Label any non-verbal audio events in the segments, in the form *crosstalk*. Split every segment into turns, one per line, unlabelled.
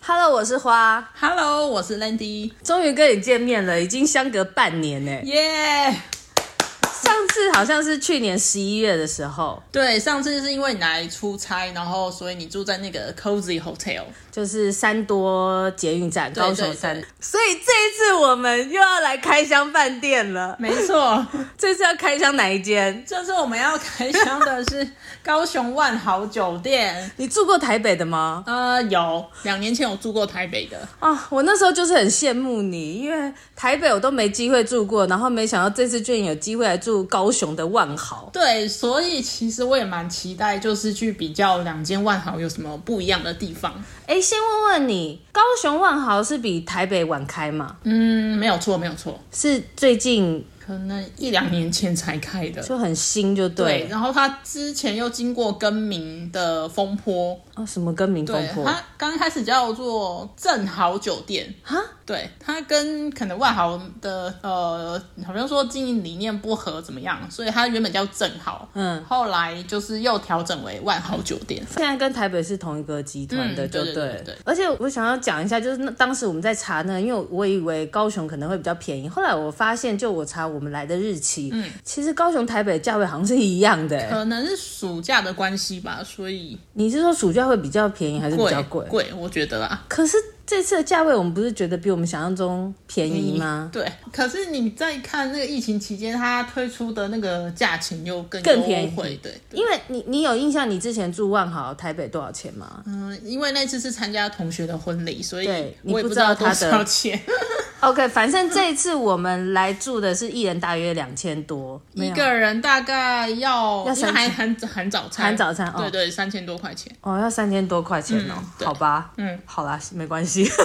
Hello，我是花，
Hello，我是 Landy，
终于跟你见面了，已经相隔半年呢。
耶
上次好像是去年十一月的时候，
对，上次是因为你来出差，然后所以你住在那个 cozy hotel。
就是三多捷运站，
对
高雄三。
对对
所以这一次我们又要来开箱饭店了。
没错，
这次要开箱哪一间？
*laughs* 这次我们要开箱的是高雄万豪酒 *laughs* 店。
你住过台北的吗？
呃，有两年前我住过台北的，
啊，我那时候就是很羡慕你，因为台北我都没机会住过，然后没想到这次居然有机会来住高雄的万豪。
对，所以其实我也蛮期待，就是去比较两间万豪有什么不一样的地方。
哎，先问问你，高雄万豪是比台北晚开吗？
嗯，没有错，没有错，
是最近
可能一两年前才开的。
就很新就对
对，
了。
然后它之前又经过更名的风波，
啊，什么更名风
对，
波
它刚开始叫做正豪酒店，
哈，
对，它跟可能万豪的呃，好像说经营理念不合怎么样，所以它原本叫正豪，
嗯，
后来就是又调整为万豪酒店。
现在跟台北是同一个集团的，
嗯
就
对对对对
而且我想要讲一下，就是那当时我们在查那个，因为我以为高雄可能会比较便宜，后来我发现，就我查我们来的日期，嗯，其实高雄、台北价位好像是一样的、欸。
可能是暑假的关系吧，所以
你是说暑假会比较便宜，还是比较
贵
贵？
贵，我觉得啦。
可是这次的价位，我们不是觉得比我们想象中便宜吗？
对，可是你在看那个疫情期间，它推出的那个价钱又更
更便宜
优惠，对，
因为你你有印象，你之前住万豪台北多少钱吗？
嗯，因为那次是参加同学的婚礼，所以
对你
我也
不
不
知道
多
它的
少钱，
OK，反正这一次我们来住的是一人大约两千多，没
一
有啊
个人大概
要
要，因为
三
还
千
含含早餐，
含早餐哦
对对，三千多块钱。
哦，要三千多块钱哦，
嗯对
好吧，
嗯，
好啦，没关系。 *laughs*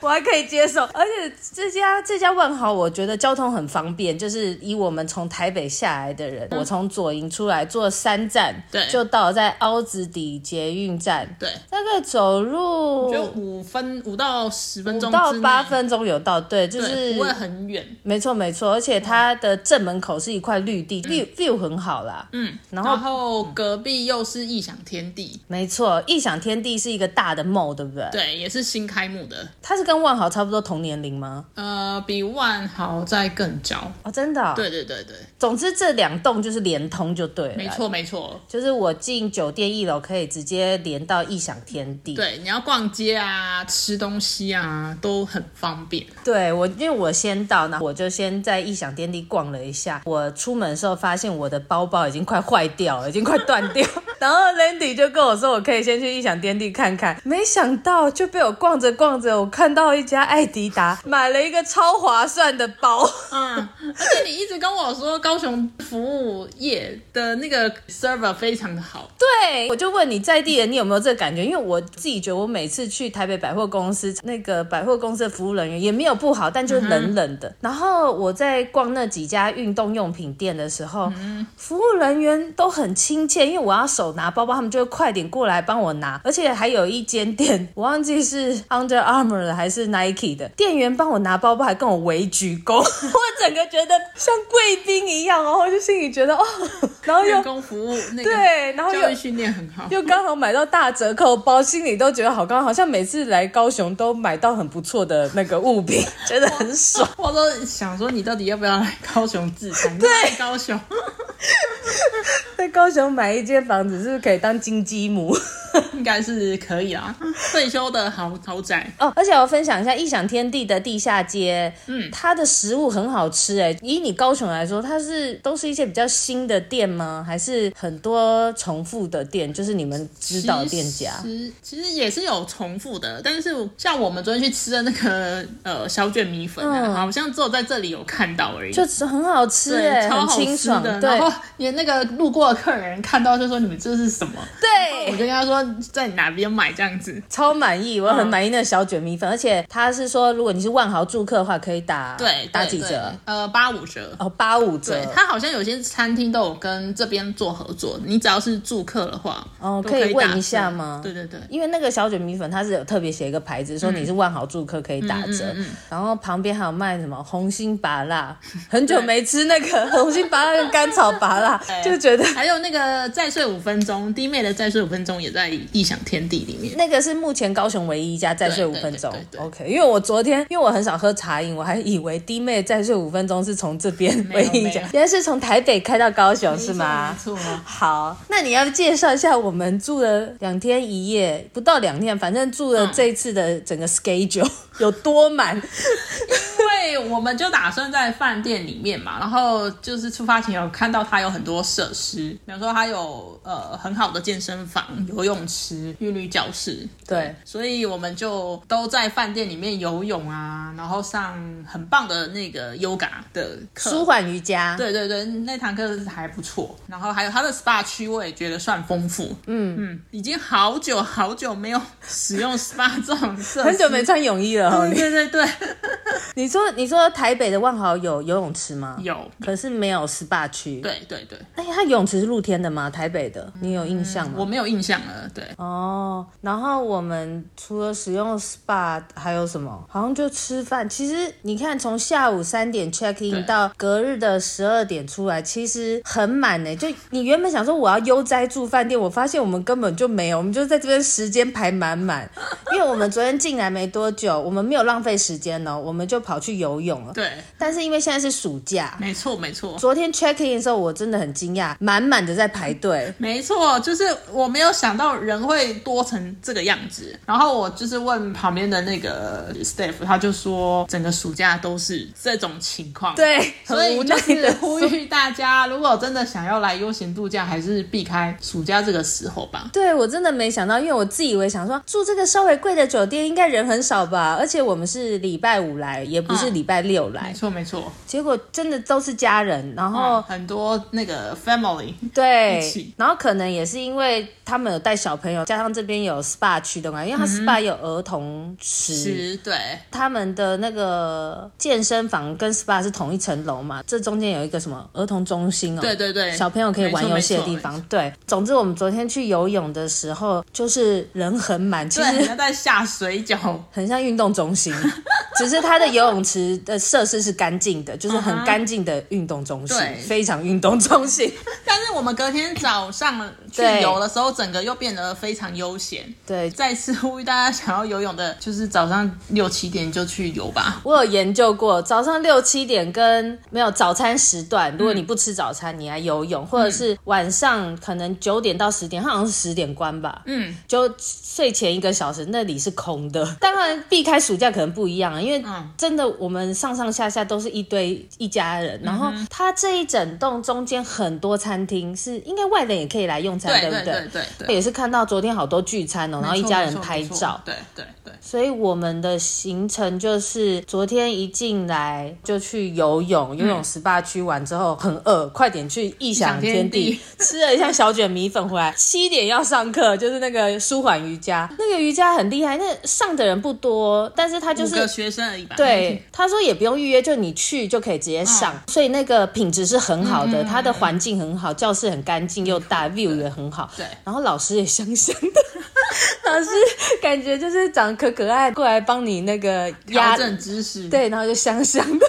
我还可以接受，而且这家这家万豪，我觉得交通很方便，就是以我们从台北下来的人，我从左营出来坐三站，
嗯对
就到在凹子底捷运站，
对，
大概走路
就五分五到十分
哦五
钟
到
之内
八，分钟有到，对，就
对
是
不会很远。
没错没错，而且它的正门口是一块绿地、v i e w view 很好啦，
嗯，
然
然
后
后隔壁又是异想天地，
没错，异想天地是一个大的 mall，对不对？
对，也是新开幕的，
它是跟万豪差不多同年龄吗？
呃，比万豪再更早。
哦，真的、哦。，
对对对对，
总之这两栋就是连通就对了。
没。错没错。
就是我进酒店一楼可以直接连到异想天地。
对，你要逛街啊、吃东西啊，都很方便。
对我因为我先到，然后我就先在异想天地逛了一下。我出门的时候发现我的包包已经快坏掉了，已经快断
*laughs*
掉。然后 Landy 就跟我说，我可以先去异想天地看看。没想到就被我逛着逛着，我看到一家艾迪达，买了一个超划算的包。
嗯， *laughs* 而且你一直跟我说高雄服务业的那个 server 非常的好，
对，我就问你在地人，你有没有这个感觉？因为我自己觉得，我每次去台北百货公司，那个百货公司的服务人员也没有不好，但就是
嗯
冷冷的。然后我在逛那几家运动用品店的时候，
嗯
服务人员都很亲切，因为我要手拿包包，他们就会快点过来帮我拿。而且还有一间店，我忘记是 Under Armour 的还是 Nike 的，店员帮我拿包包，还跟我微鞠躬， *laughs* 我整个觉得像贵宾一样，然后就心里觉得哦，然后又
员工服务那个
对，哎然后又
教育训练很好。
又刚好买到大折扣包，心里都觉得好刚，好像每次来高雄都买到很不错的那个物品， *laughs* 觉得很 *laughs* 爽。
我都想说，你到底要不要来高雄自产？对，来高雄，
在高雄买一间房子是不是可以当金鸡母？
应该是可以啊。退休的豪豪宅，
*laughs* 哦，而且我分享一下异想天地的地下街，嗯，它的食物很好吃哎、以你高雄来说，它是都是一些比较新的店吗？还是很多重复的店？就是你们知道的店家？
其实其实也是有重复的，但是像我们昨天去吃的那个呃小卷米粉、啊，
嗯
好像只有在这里有看到而已。
就是很好吃
对
哎、
超
很
好
清
吃
爽，
的，
对
然后连那个路过的客人看到就说：“你们这是什么？”
*laughs*
我就
对，
跟他说：“在你哪边买这样子
超满意，我
嗯
很满意那个小卷米粉，而且他是说如果你是万豪住客的话，可以打？”
对，
打
对
几
对
折？
呃，八五折。
哦，八五折
对，，他好像有些餐厅都有跟这边做合作，你只要是住客的话，
哦
都
可以
以
问
打
一下
折
吗
对对对，
因为那个小卷米粉它是有特别写一个牌子，说你
嗯
是万豪住客可以打折，然后旁边还有卖什么红心拔
*laughs*
辣，很久没吃那个红心拔辣跟甘草拔辣，就觉得
还有那个再睡五分钟，弟妹的再睡五分钟也在异想天地里面。
那个是目前高雄唯一一家再睡五分钟
对对对对
OK，因为我昨天因为我很少喝茶饮，我还以为弟妹再睡五分钟是从这边
*laughs* 没
唯
有
一一
没
家
有，
原来是从台北开到高雄是吗？
没错，没错
好，那你要介绍一下我们住了两天一夜，不到两天，反正住了这一次的整个
*laughs*
schedule 有多满？
因为我们就打算在饭店里面嘛，然后就是出发前有看到它有很多设施，比方说它有呃很好的健身房、游泳池、韵律教室，
对，
所以我们就都在饭店里面游泳啊，然后上很棒的那个 yoga 的课，
舒缓瑜伽，
对对对，那堂课还不错。然后还有它的 SPA 区，我也觉得算丰富。嗯嗯，已经好久好久没有使用 SPA 这种设施，
很久没穿泳衣了哦。
对。
你
对对对，
你说你说台北的万豪有游泳池吗？
有，
可是没有 SPA 区。，
对对对，
哎，它游泳池是露天的吗？台北的，你有印象
我
吗？
没有印象了。对，
哦，然后我们除了使用 SPA 还有什么？好像就吃饭。其实你看，从下午三点 check
对
in 到隔日的十二点出来，其实很满呢。就你原本想说我要悠哉住饭店，我发现我们根本就没有，我们就在这边时间排满满。因为我们昨天进来没多久，我们没有浪费时间哦，我们就跑去游泳了。
对，
但是因为现在是暑假，
没错没错。
昨天 check in 的时候我真的很惊讶，满满的在排队。
没错，就是我没有想到人会多成这个样子。然后我就是问旁边的那个 staff，他就说整个暑假都是这种情况。
对，
所
很
以
无
就
奈
是
的
呼吁大家，如果真的想要来悠闲度假，还是避开暑假这个时候吧。
对我真的没想到，因为我自以为想说住这个稍微贵的酒店应该人很少吧，而且我们是礼拜五来，也不是
嗯
礼拜六来，
没错，没错。
结果真的都是家人，然后
*laughs* 哦，、很多那个 family，
对
一起，
然后可能也是因为他们有带小朋友，加上这边有 SPA 区的嘛，因为
嗯
它 SPA 有儿童池。
是，对，
他们的那个健身房跟 SPA 是同一层楼嘛，这中间有一个什么儿童中心哦，
对对对，
小朋友可以玩游戏的地
没
方。对，总之我们昨天去游泳的时候，就是人很满，其
错。没错对，
实
人家在下水饺， *laughs*
很像运动中心， *laughs* 只是它的游泳池的设施是干净的，就是很干净的运动中心
对
非常运动中心。
但是我们隔天早上去
对
游的时候，整个又变得非常悠闲。
对，
再次 *laughs* 呼吁大家想要游泳的，就是早上六七点就去游
*laughs*
吧。
我有研究过，早上六七点跟没有早餐时段，
嗯
如果你不吃早餐，你来游泳，或者是晚上可能九点到十点，它好像是十点关吧，
嗯，
就睡前一个小时那里是空的。 *laughs* 当然，避开暑假可能不一样啊，因为
嗯
真的我们上上下下都是一堆一家人，
嗯
然后它这一整栋中间很多餐厅是应该外人也可以来用餐，
对
不
对对对对，
也是看到昨天好多聚餐哦，然后一
没错
家
没
人
错
拍
没错
照，
对对对。
所以我们的行程就是昨天一进来就去游泳，游泳 SPA 区完之后很饿，快点去异想天
异
地 *laughs* 吃了一下小卷米粉回来。七点要上课，就是那个舒缓瑜伽，那个瑜伽很厉害，那上的人不多，但是他就
五个
是。
学生而已吧。
对，
嗯
他说也不用预约，就你去就可以直接上，所以那个品质是很好的，它的环境很好，教室很干净又大，view 也很好。
嗯 *laughs* 对
然后老师也香香的， *laughs* 老师感觉就是长得可可爱，过来帮你那个
调
压，
整知识， *laughs*
对，然后就香香的，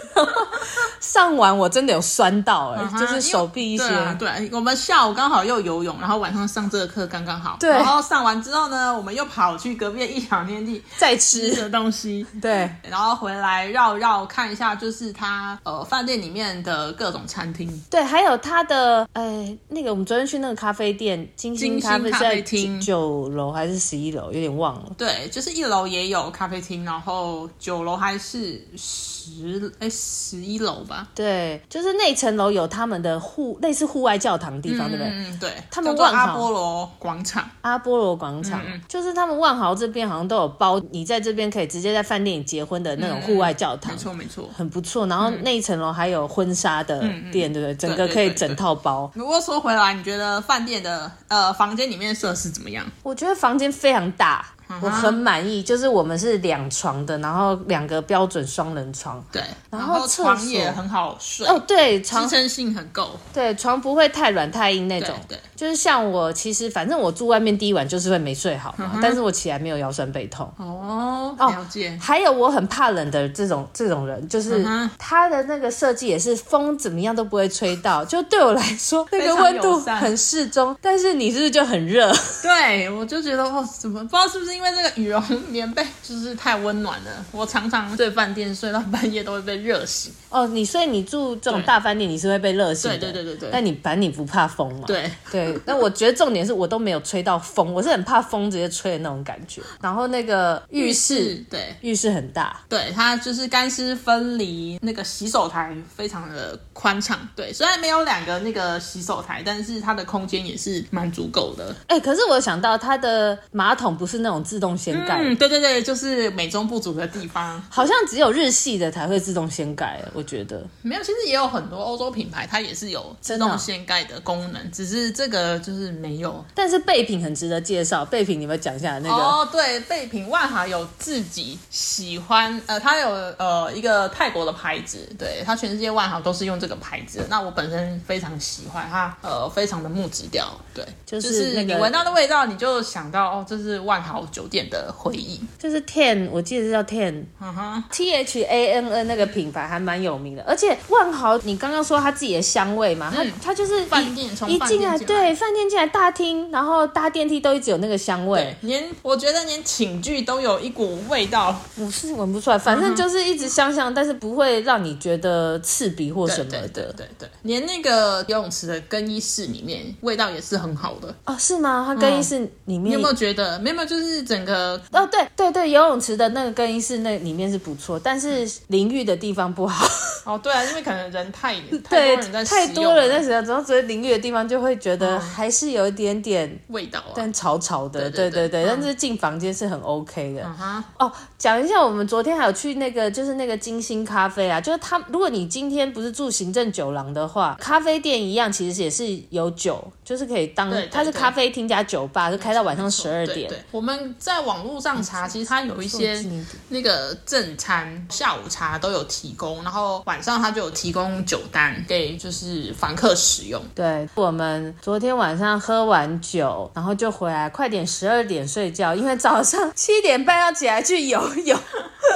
上完我真的有酸到哎、
嗯哼
就是手臂一些。
因为对、啊，对我们下午刚好又游泳，然后晚上上这个课刚刚好。
对
然后上完之后呢，我们又跑去隔壁的一小天地
再
吃
吃，
的
*laughs*
东西，
对，
然后回来绕绕看一下，就是它呃饭店里面的各种餐厅。
对，还有它的呃，那个我们昨天去那个咖啡店，金星
金星
咖啡是
咖啡
在
厅
九九楼还是十一楼，有点忘了。
对，就是一楼也有咖啡厅，然后九楼还是十哎十一楼吧，
对，就是那层楼有他们的户类似户外教堂地啊方，对不对？
嗯，对，
他们
叫做
万豪
阿波罗广场，
阿波罗广场，
嗯
就是他们万豪这边好像都有包，你在这边可以直接在饭店里结婚的那种户外教堂
嗯没，错没错。
很不错。然后那一层楼还有婚纱的店，对不对？整个
嗯对对
可以
对
整
对
套包。
如果说回来，你觉得饭店的呃房间里面设施怎么样？
我觉得房间非常大，
嗯
我很满意。就是我们是两床的，然后两个标准双人床。
对，
然
然
后厕所
床也很好睡，
哦，对，
支
床
撑性很够。
对床不会太软太硬那
对
种。
对，
就是像我，其实反正我住外面第一晚就是会没睡好
嗯
嘛，但是我起来没有腰酸背痛。
哦，
哦
了解。
还有我很怕冷的这种这种人，就是
嗯哼
他的那个设计也是风怎么样都不会吹
*laughs*
到，就对我来说那个
非常
温
友
度
善
很适中，但是你是不是就很热？ *laughs*
对，我就觉得哦，怎么不知道是不是因为这个羽绒棉被就是太温暖了，我常常睡饭店睡到半夜都会被热醒。
哦，你所以你住这种
对
大饭店，你是会被热醒的。
对对对对对
但你反正你不怕风嘛。
对，
对。那我觉得重点是我都没有吹到风，我是很怕风直接吹的那种感觉。然后那个浴室，
对。
浴室很大，
对，它就是干湿分离，那个洗手台非常的宽敞。对，虽然没有两个那个洗手台，但是它的空间也是蛮足够的。
哎、可是我想到它的马桶不是那种自动掀盖。
嗯，对对对，就是美中不足的地方。
好像只有日系的才会自动掀盖，我觉得。
没有，其实也有很多欧洲品牌，它也是有自
真的哦
动掀盖的功能，只是这个就是没有。
但是备品很值得介绍，备品你们讲一下那个、
哦，对，备品万豪有自己喜欢，呃，它有呃一个泰国的牌子，对，它全世界万豪都是用这个牌子的。那我本身非常喜欢它，呃，非常的木质调，对，
就
就是是
那个
你闻到的味道，你就想到哦，这是万豪酒店的回忆。
就是 Tan，我记得是叫 Tan
嗯哼，
T H A N N 那个品牌还蛮有名的，而且万豪，你刚刚说它自己的香味嘛，它、
嗯
它就是一
饭店从
一
饭
进
店
来，
进
对，饭店进来大厅，然后搭电梯都一直有那个香味
对，，连我觉得连寝具都有一股味道，
我是闻不出来，
嗯
反正就是一直香香，但是不会让你觉得刺鼻或什么
对
的。
对对对，连那个游泳池的更衣室里面味道也是很好的。
哦，是吗？它更衣室里
嗯你
面、
有没有觉得？没有，没有，就是整个
哦，对对对，游泳池的那个更衣室那里面是不错，但
嗯
是淋浴的地方不好。
哦，对啊，因为可能人太
对
*laughs* 太多人在，
太
使
多
用
人在使用，然后所以淋浴的地方就会觉得还是有一点点，
味道啊，
但潮潮的，对
对
对
对
对。
嗯
但是进房间是很 OK 的。
啊哈，
哦，讲一下，我们昨天还有去那个，就是那个金星咖啡啊，就是他，如果你今天不是住行政酒廊的话，咖啡店一样，其实也是有酒，就是可以当
对对
它是
对
咖啡厅加酒吧，就开到晚上十二
对
点。嗯
对，我们在网络上查，其实它有一
我
些
记得
那个正餐、下午茶都有提供，然后晚上它就有提供酒单给就是访客使用。
对我们昨天晚上喝完酒，然后就回来，快点十二点睡觉，因为早上七点半要起来去游泳，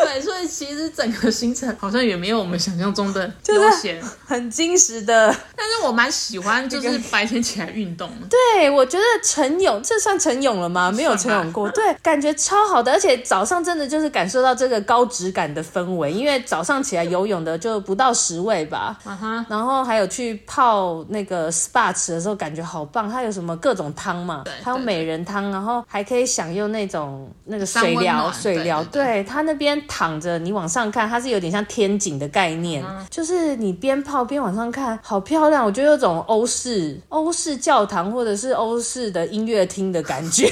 对，所以其实整个行程好像也没有我们想象中
*laughs*
的悠闲，
很精实的。
但是我蛮喜欢就是白天起来运动
*laughs*
的。
对，我觉得晨泳这算晨泳了吗？没有晨泳过，对，感觉超好的，而且早上真的就是感受到这个高质感的氛围，因为早上起来游泳的就不到十位吧。
啊哈，
然后还有去泡那个 SPA 池的时候，感觉好棒。它有什么各种汤嘛
对，
还有
对
美人汤，然后还可以享用那种那个
三
水
温
疗，
暖
水
对
疗。
对
对，它那边躺着，你往上看，它是有点像天井的概念，
嗯
就是你边泡边往上看，好漂亮。我觉得有种欧式欧式教堂或者是欧式的音乐厅的感
*laughs*
觉。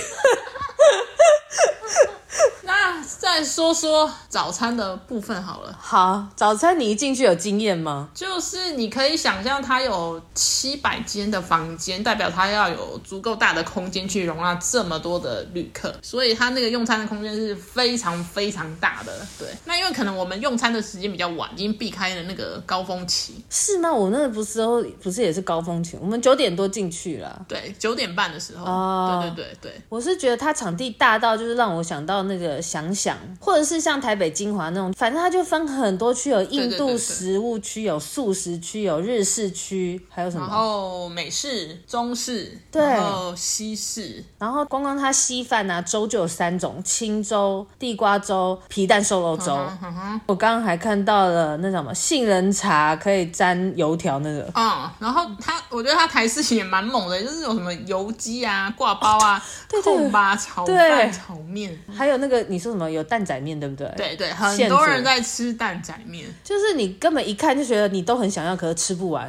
那再说说早餐的部分好了。
好，早餐你一进去有经验吗？
就是你可以想象，它有七百间的房间，代表它要有足够大的空间去容纳这么多的旅客，所以它那个用餐的空间是非常非常大的。对，那因为可能我们用餐的时间比较晚，已经避开了那个高峰期。
是吗？我那个不是哦不是也是高峰期，我们九点多进去了。
对，九点半的时候，
哦
对对对对，
我是觉得它场地大到，就是让我想到那个想想，或者是像台北精华那种，反正它就分很多区，有印
对对
度
对
食物区，有素食区，有日式区，还有什么？
然后美式、中式，
对
然后西式，
然后光光它稀饭啊，粥就有三种：青粥、地瓜粥、皮蛋瘦肉粥。
嗯哼，
我刚刚还看到了那什么杏仁茶可以沾油条那个，
嗯，然后他，我觉得他台式也蛮猛的，就是有什么油鸡啊、挂包啊、
*laughs* 对对
控吧、炒
对
饭、炒面，
还有那个你说什么有蛋仔面对不对？
对对，很
现
多
做
人在吃蛋仔面，
就是你根本一看就觉得你都很想要，可是吃不完。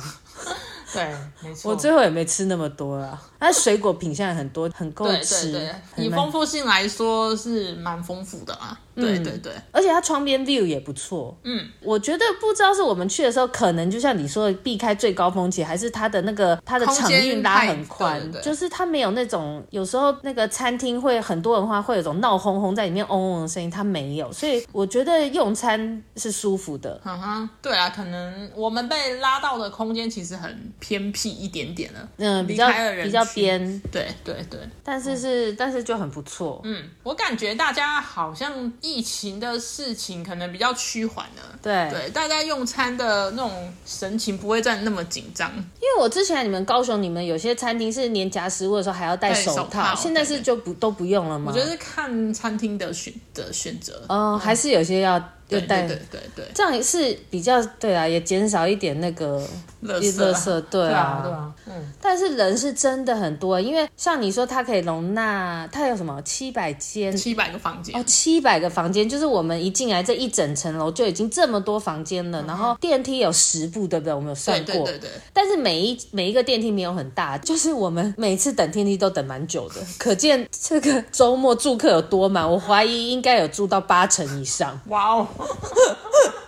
对，没错，
我最后也没吃那么多啦，但水果品相也很多，很够
对
吃
对对，，
很
以
蛮
丰富性来说是蛮丰富的啦，
嗯
对对对，
而且它窗边 view 也不错。
嗯，
我觉得不知道是我们去的时候，可能就像你说的，避开最高峰期，还是它的那个它的
空
场
间
域拉
太
很宽，
对对对
就是它没有那种有时候那个餐厅会很多人话会有种闹哄哄在里面嗡嗡的声音，它没有，所以我觉得用餐是舒服的。
嗯哼，对啊，可能我们被拉到的空间其实很偏僻一点点了，
嗯，比
离
较
开了人
比较
群，
边，
对对对，
但是是、但是就很不错。
嗯，我感觉大家好像疫情的事情可能比较趋缓了。
对，
对，大家用餐的那种神情不会再那么紧张，
因为我之前你们高雄，你们有些餐厅是连夹食物的时候还要戴
戴
手
手套
现在是
对对
就不都不用了吗？
我觉得是嗯看餐厅的选的选择。
哦，还是有些要要
对
带
对，对对对，
这样也是比较对啦，也减少一点那个
乐
垃圾，对
对啊
啊，
对啊，嗯，
但是人是真的很多，因为像你说，它可以容纳它有什么七百间。
七百个房间
哦，，七百个房间，就是我们一进来这一整层楼就已经这么多房间了，然后电梯有十部，对不对？我们有算
对
过，
嗯对对对，
但是每一每一个电梯没有很大，就是我们每次等电梯都等蛮久的， *laughs* 可见这个周末住客有多满。我怀疑应该有住到八成以
*laughs*
上。
哇哦，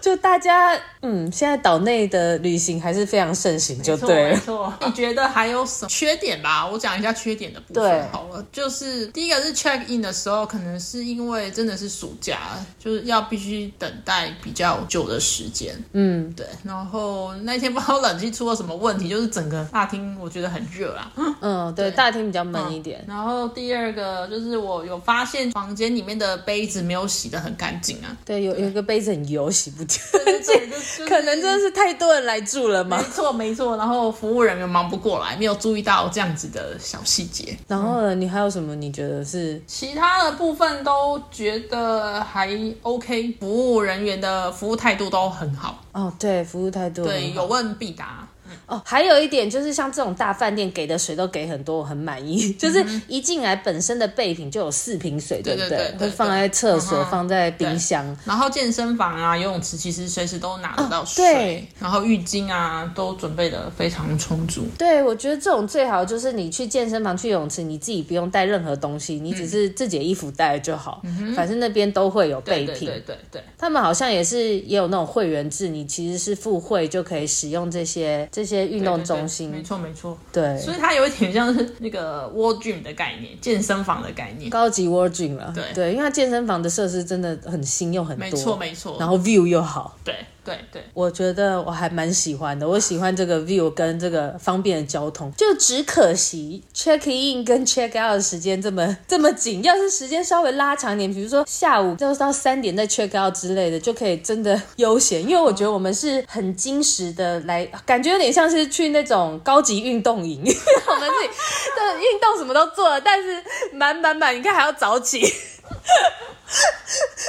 就大家，嗯，现在岛内的旅行还是非常盛行，就对
没
了。
错。 *laughs* 你觉得还有什么缺点吧？我讲一下缺点的部
对
分好了。就是第一个是 check in 的时候，可能是因为真的是暑假，就是要必须等待比较久的时间。
嗯，
对，然后那天不知道冷气出了什么问题，就是整个大厅我觉得很热啊。
嗯，对，大厅比较闷一点。
然后第二个就是我有发现房间里面的杯子没有洗得很干净啊，
对，有有一个杯子很油，洗不掉，
对
*laughs*
对对就是
可能真的是太多人来住了嘛
*laughs* 没。错没错。然后服务人员忙不过来，没有注意到这样子的小细节。
然后呢，你还有什么你觉得是
其他的部分都觉得还 OK，服务人员的服务态度都很好，
哦？对，服务态度很
对，
好
有问必答。
哦，还有一点就是像这种大饭店给的水都给很多，我很满意。 *laughs* 就是一进来本身的备品就有四瓶水，
嗯对
不
对对对嗯
会放在厕所，放在冰箱。
然后健身房啊、游泳池其实随时都拿得到
哦
水，
对
然后浴巾啊都准备的非常充足。
对，我觉得这种最好就是你去健身房、去泳池，你自己不用带任何东西，你只是
嗯
自己的衣服带了就好。反正那边都会有备
对
品。
嗯对对对对，
他们好像也是也有那种会员制，你其实是付费就可以使用这些这些运动中心。
对对对没错没错。
对
所以它有一点像是那个 w a r gym 的概念，健身房的概念。
高级 w o r d r m 了。
对
因为它健身房的设施真的很新又很多。
没错没错。
然后 view 又好，
对对对，
我觉得我还蛮喜欢的。我喜欢这个 view 跟这个方便的交通，就只可惜 check in 跟 check out 的时间这么这么紧。要是时间稍微拉长一点，比如说下午就是到三点再 check out 之类的，就可以真的悠闲。因为我觉得我们是很精实的来，感觉有点像是去那种高级运动营， *laughs* 我们自己的运动什么都做了，但是满满满，你看还要早起。 *laughs*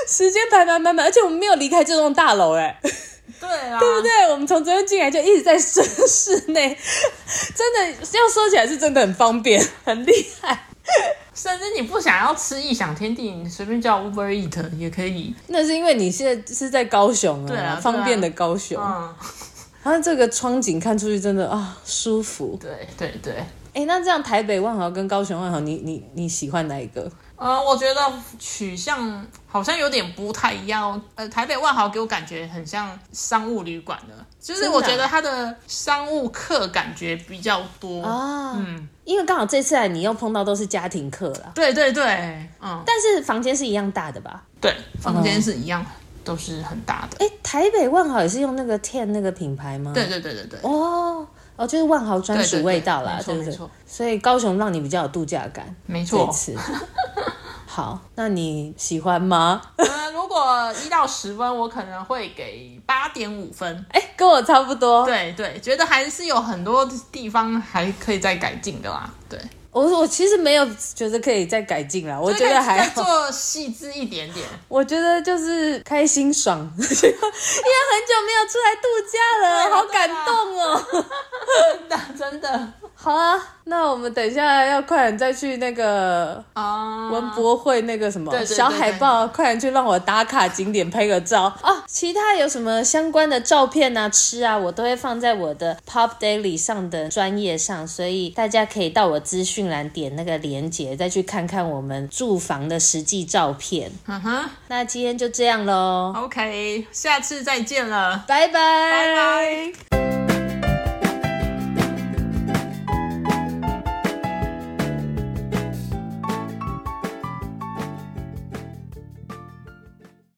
时间排满满满，而且我们没有离开这栋大楼哎、
对啊，
对不对？我们从昨天进来就一直在室室内，真的要说起来是真的很方便，很厉害。
甚至你不想要吃异想天地，你随便叫 Uber Eat 也可以。
那是因为你现在是在高雄
对啊对啊
方便的高雄。
嗯，
然后这个窗景看出去真的啊舒服。
对对对。
哎，那这样台北万豪跟高雄万豪，你你你喜欢哪一个？
呃，我觉得取向好像有点不太一样哦。呃，台北万豪给我感觉很像商务旅馆的，就是
真的
我
啊
觉得它的商务客感觉比较多。
啊，嗯，因为刚好这次来你又碰到都是家庭客啦，
对对对，嗯，
但是房间是一样大的吧？
对，房间是一样，都是很大的。
哎，台北万豪也是用那个 Ten 那个品牌吗？
对对对对对，
哦哦，就是万豪专属味道啦，
对对对没错
不
没
对
错？
所以高雄让你比较有度假感，
没
这
错。
次。 *laughs* 好，那你喜欢吗？
呃，如果一到十分，我可能会给八点五分。
哎、跟我差不多。
对对，觉得还是有很多地方还可以再改进的啦。对，
我我其实没有觉得可以再改进啦，我觉得还
再
好。
做细致一点点。
我觉得就是开心爽， *laughs* 因为很久没有出来度假
对
了，
啊
好感动哦。
真的真的
好啊，那我们等一下要快点再去那个
啊，
文博会那个什么
对对对
小海报，快点去让我打卡景点拍个照啊！其他有什么相关的照片啊、吃啊，我都会放在我的 Pop Daily 上的专业上，所以大家可以到我资讯栏点那个链接，再去看看我们住房的实际照片。
嗯哼
那今天就这样喽，
，OK，下次再见了，
拜拜。
拜拜。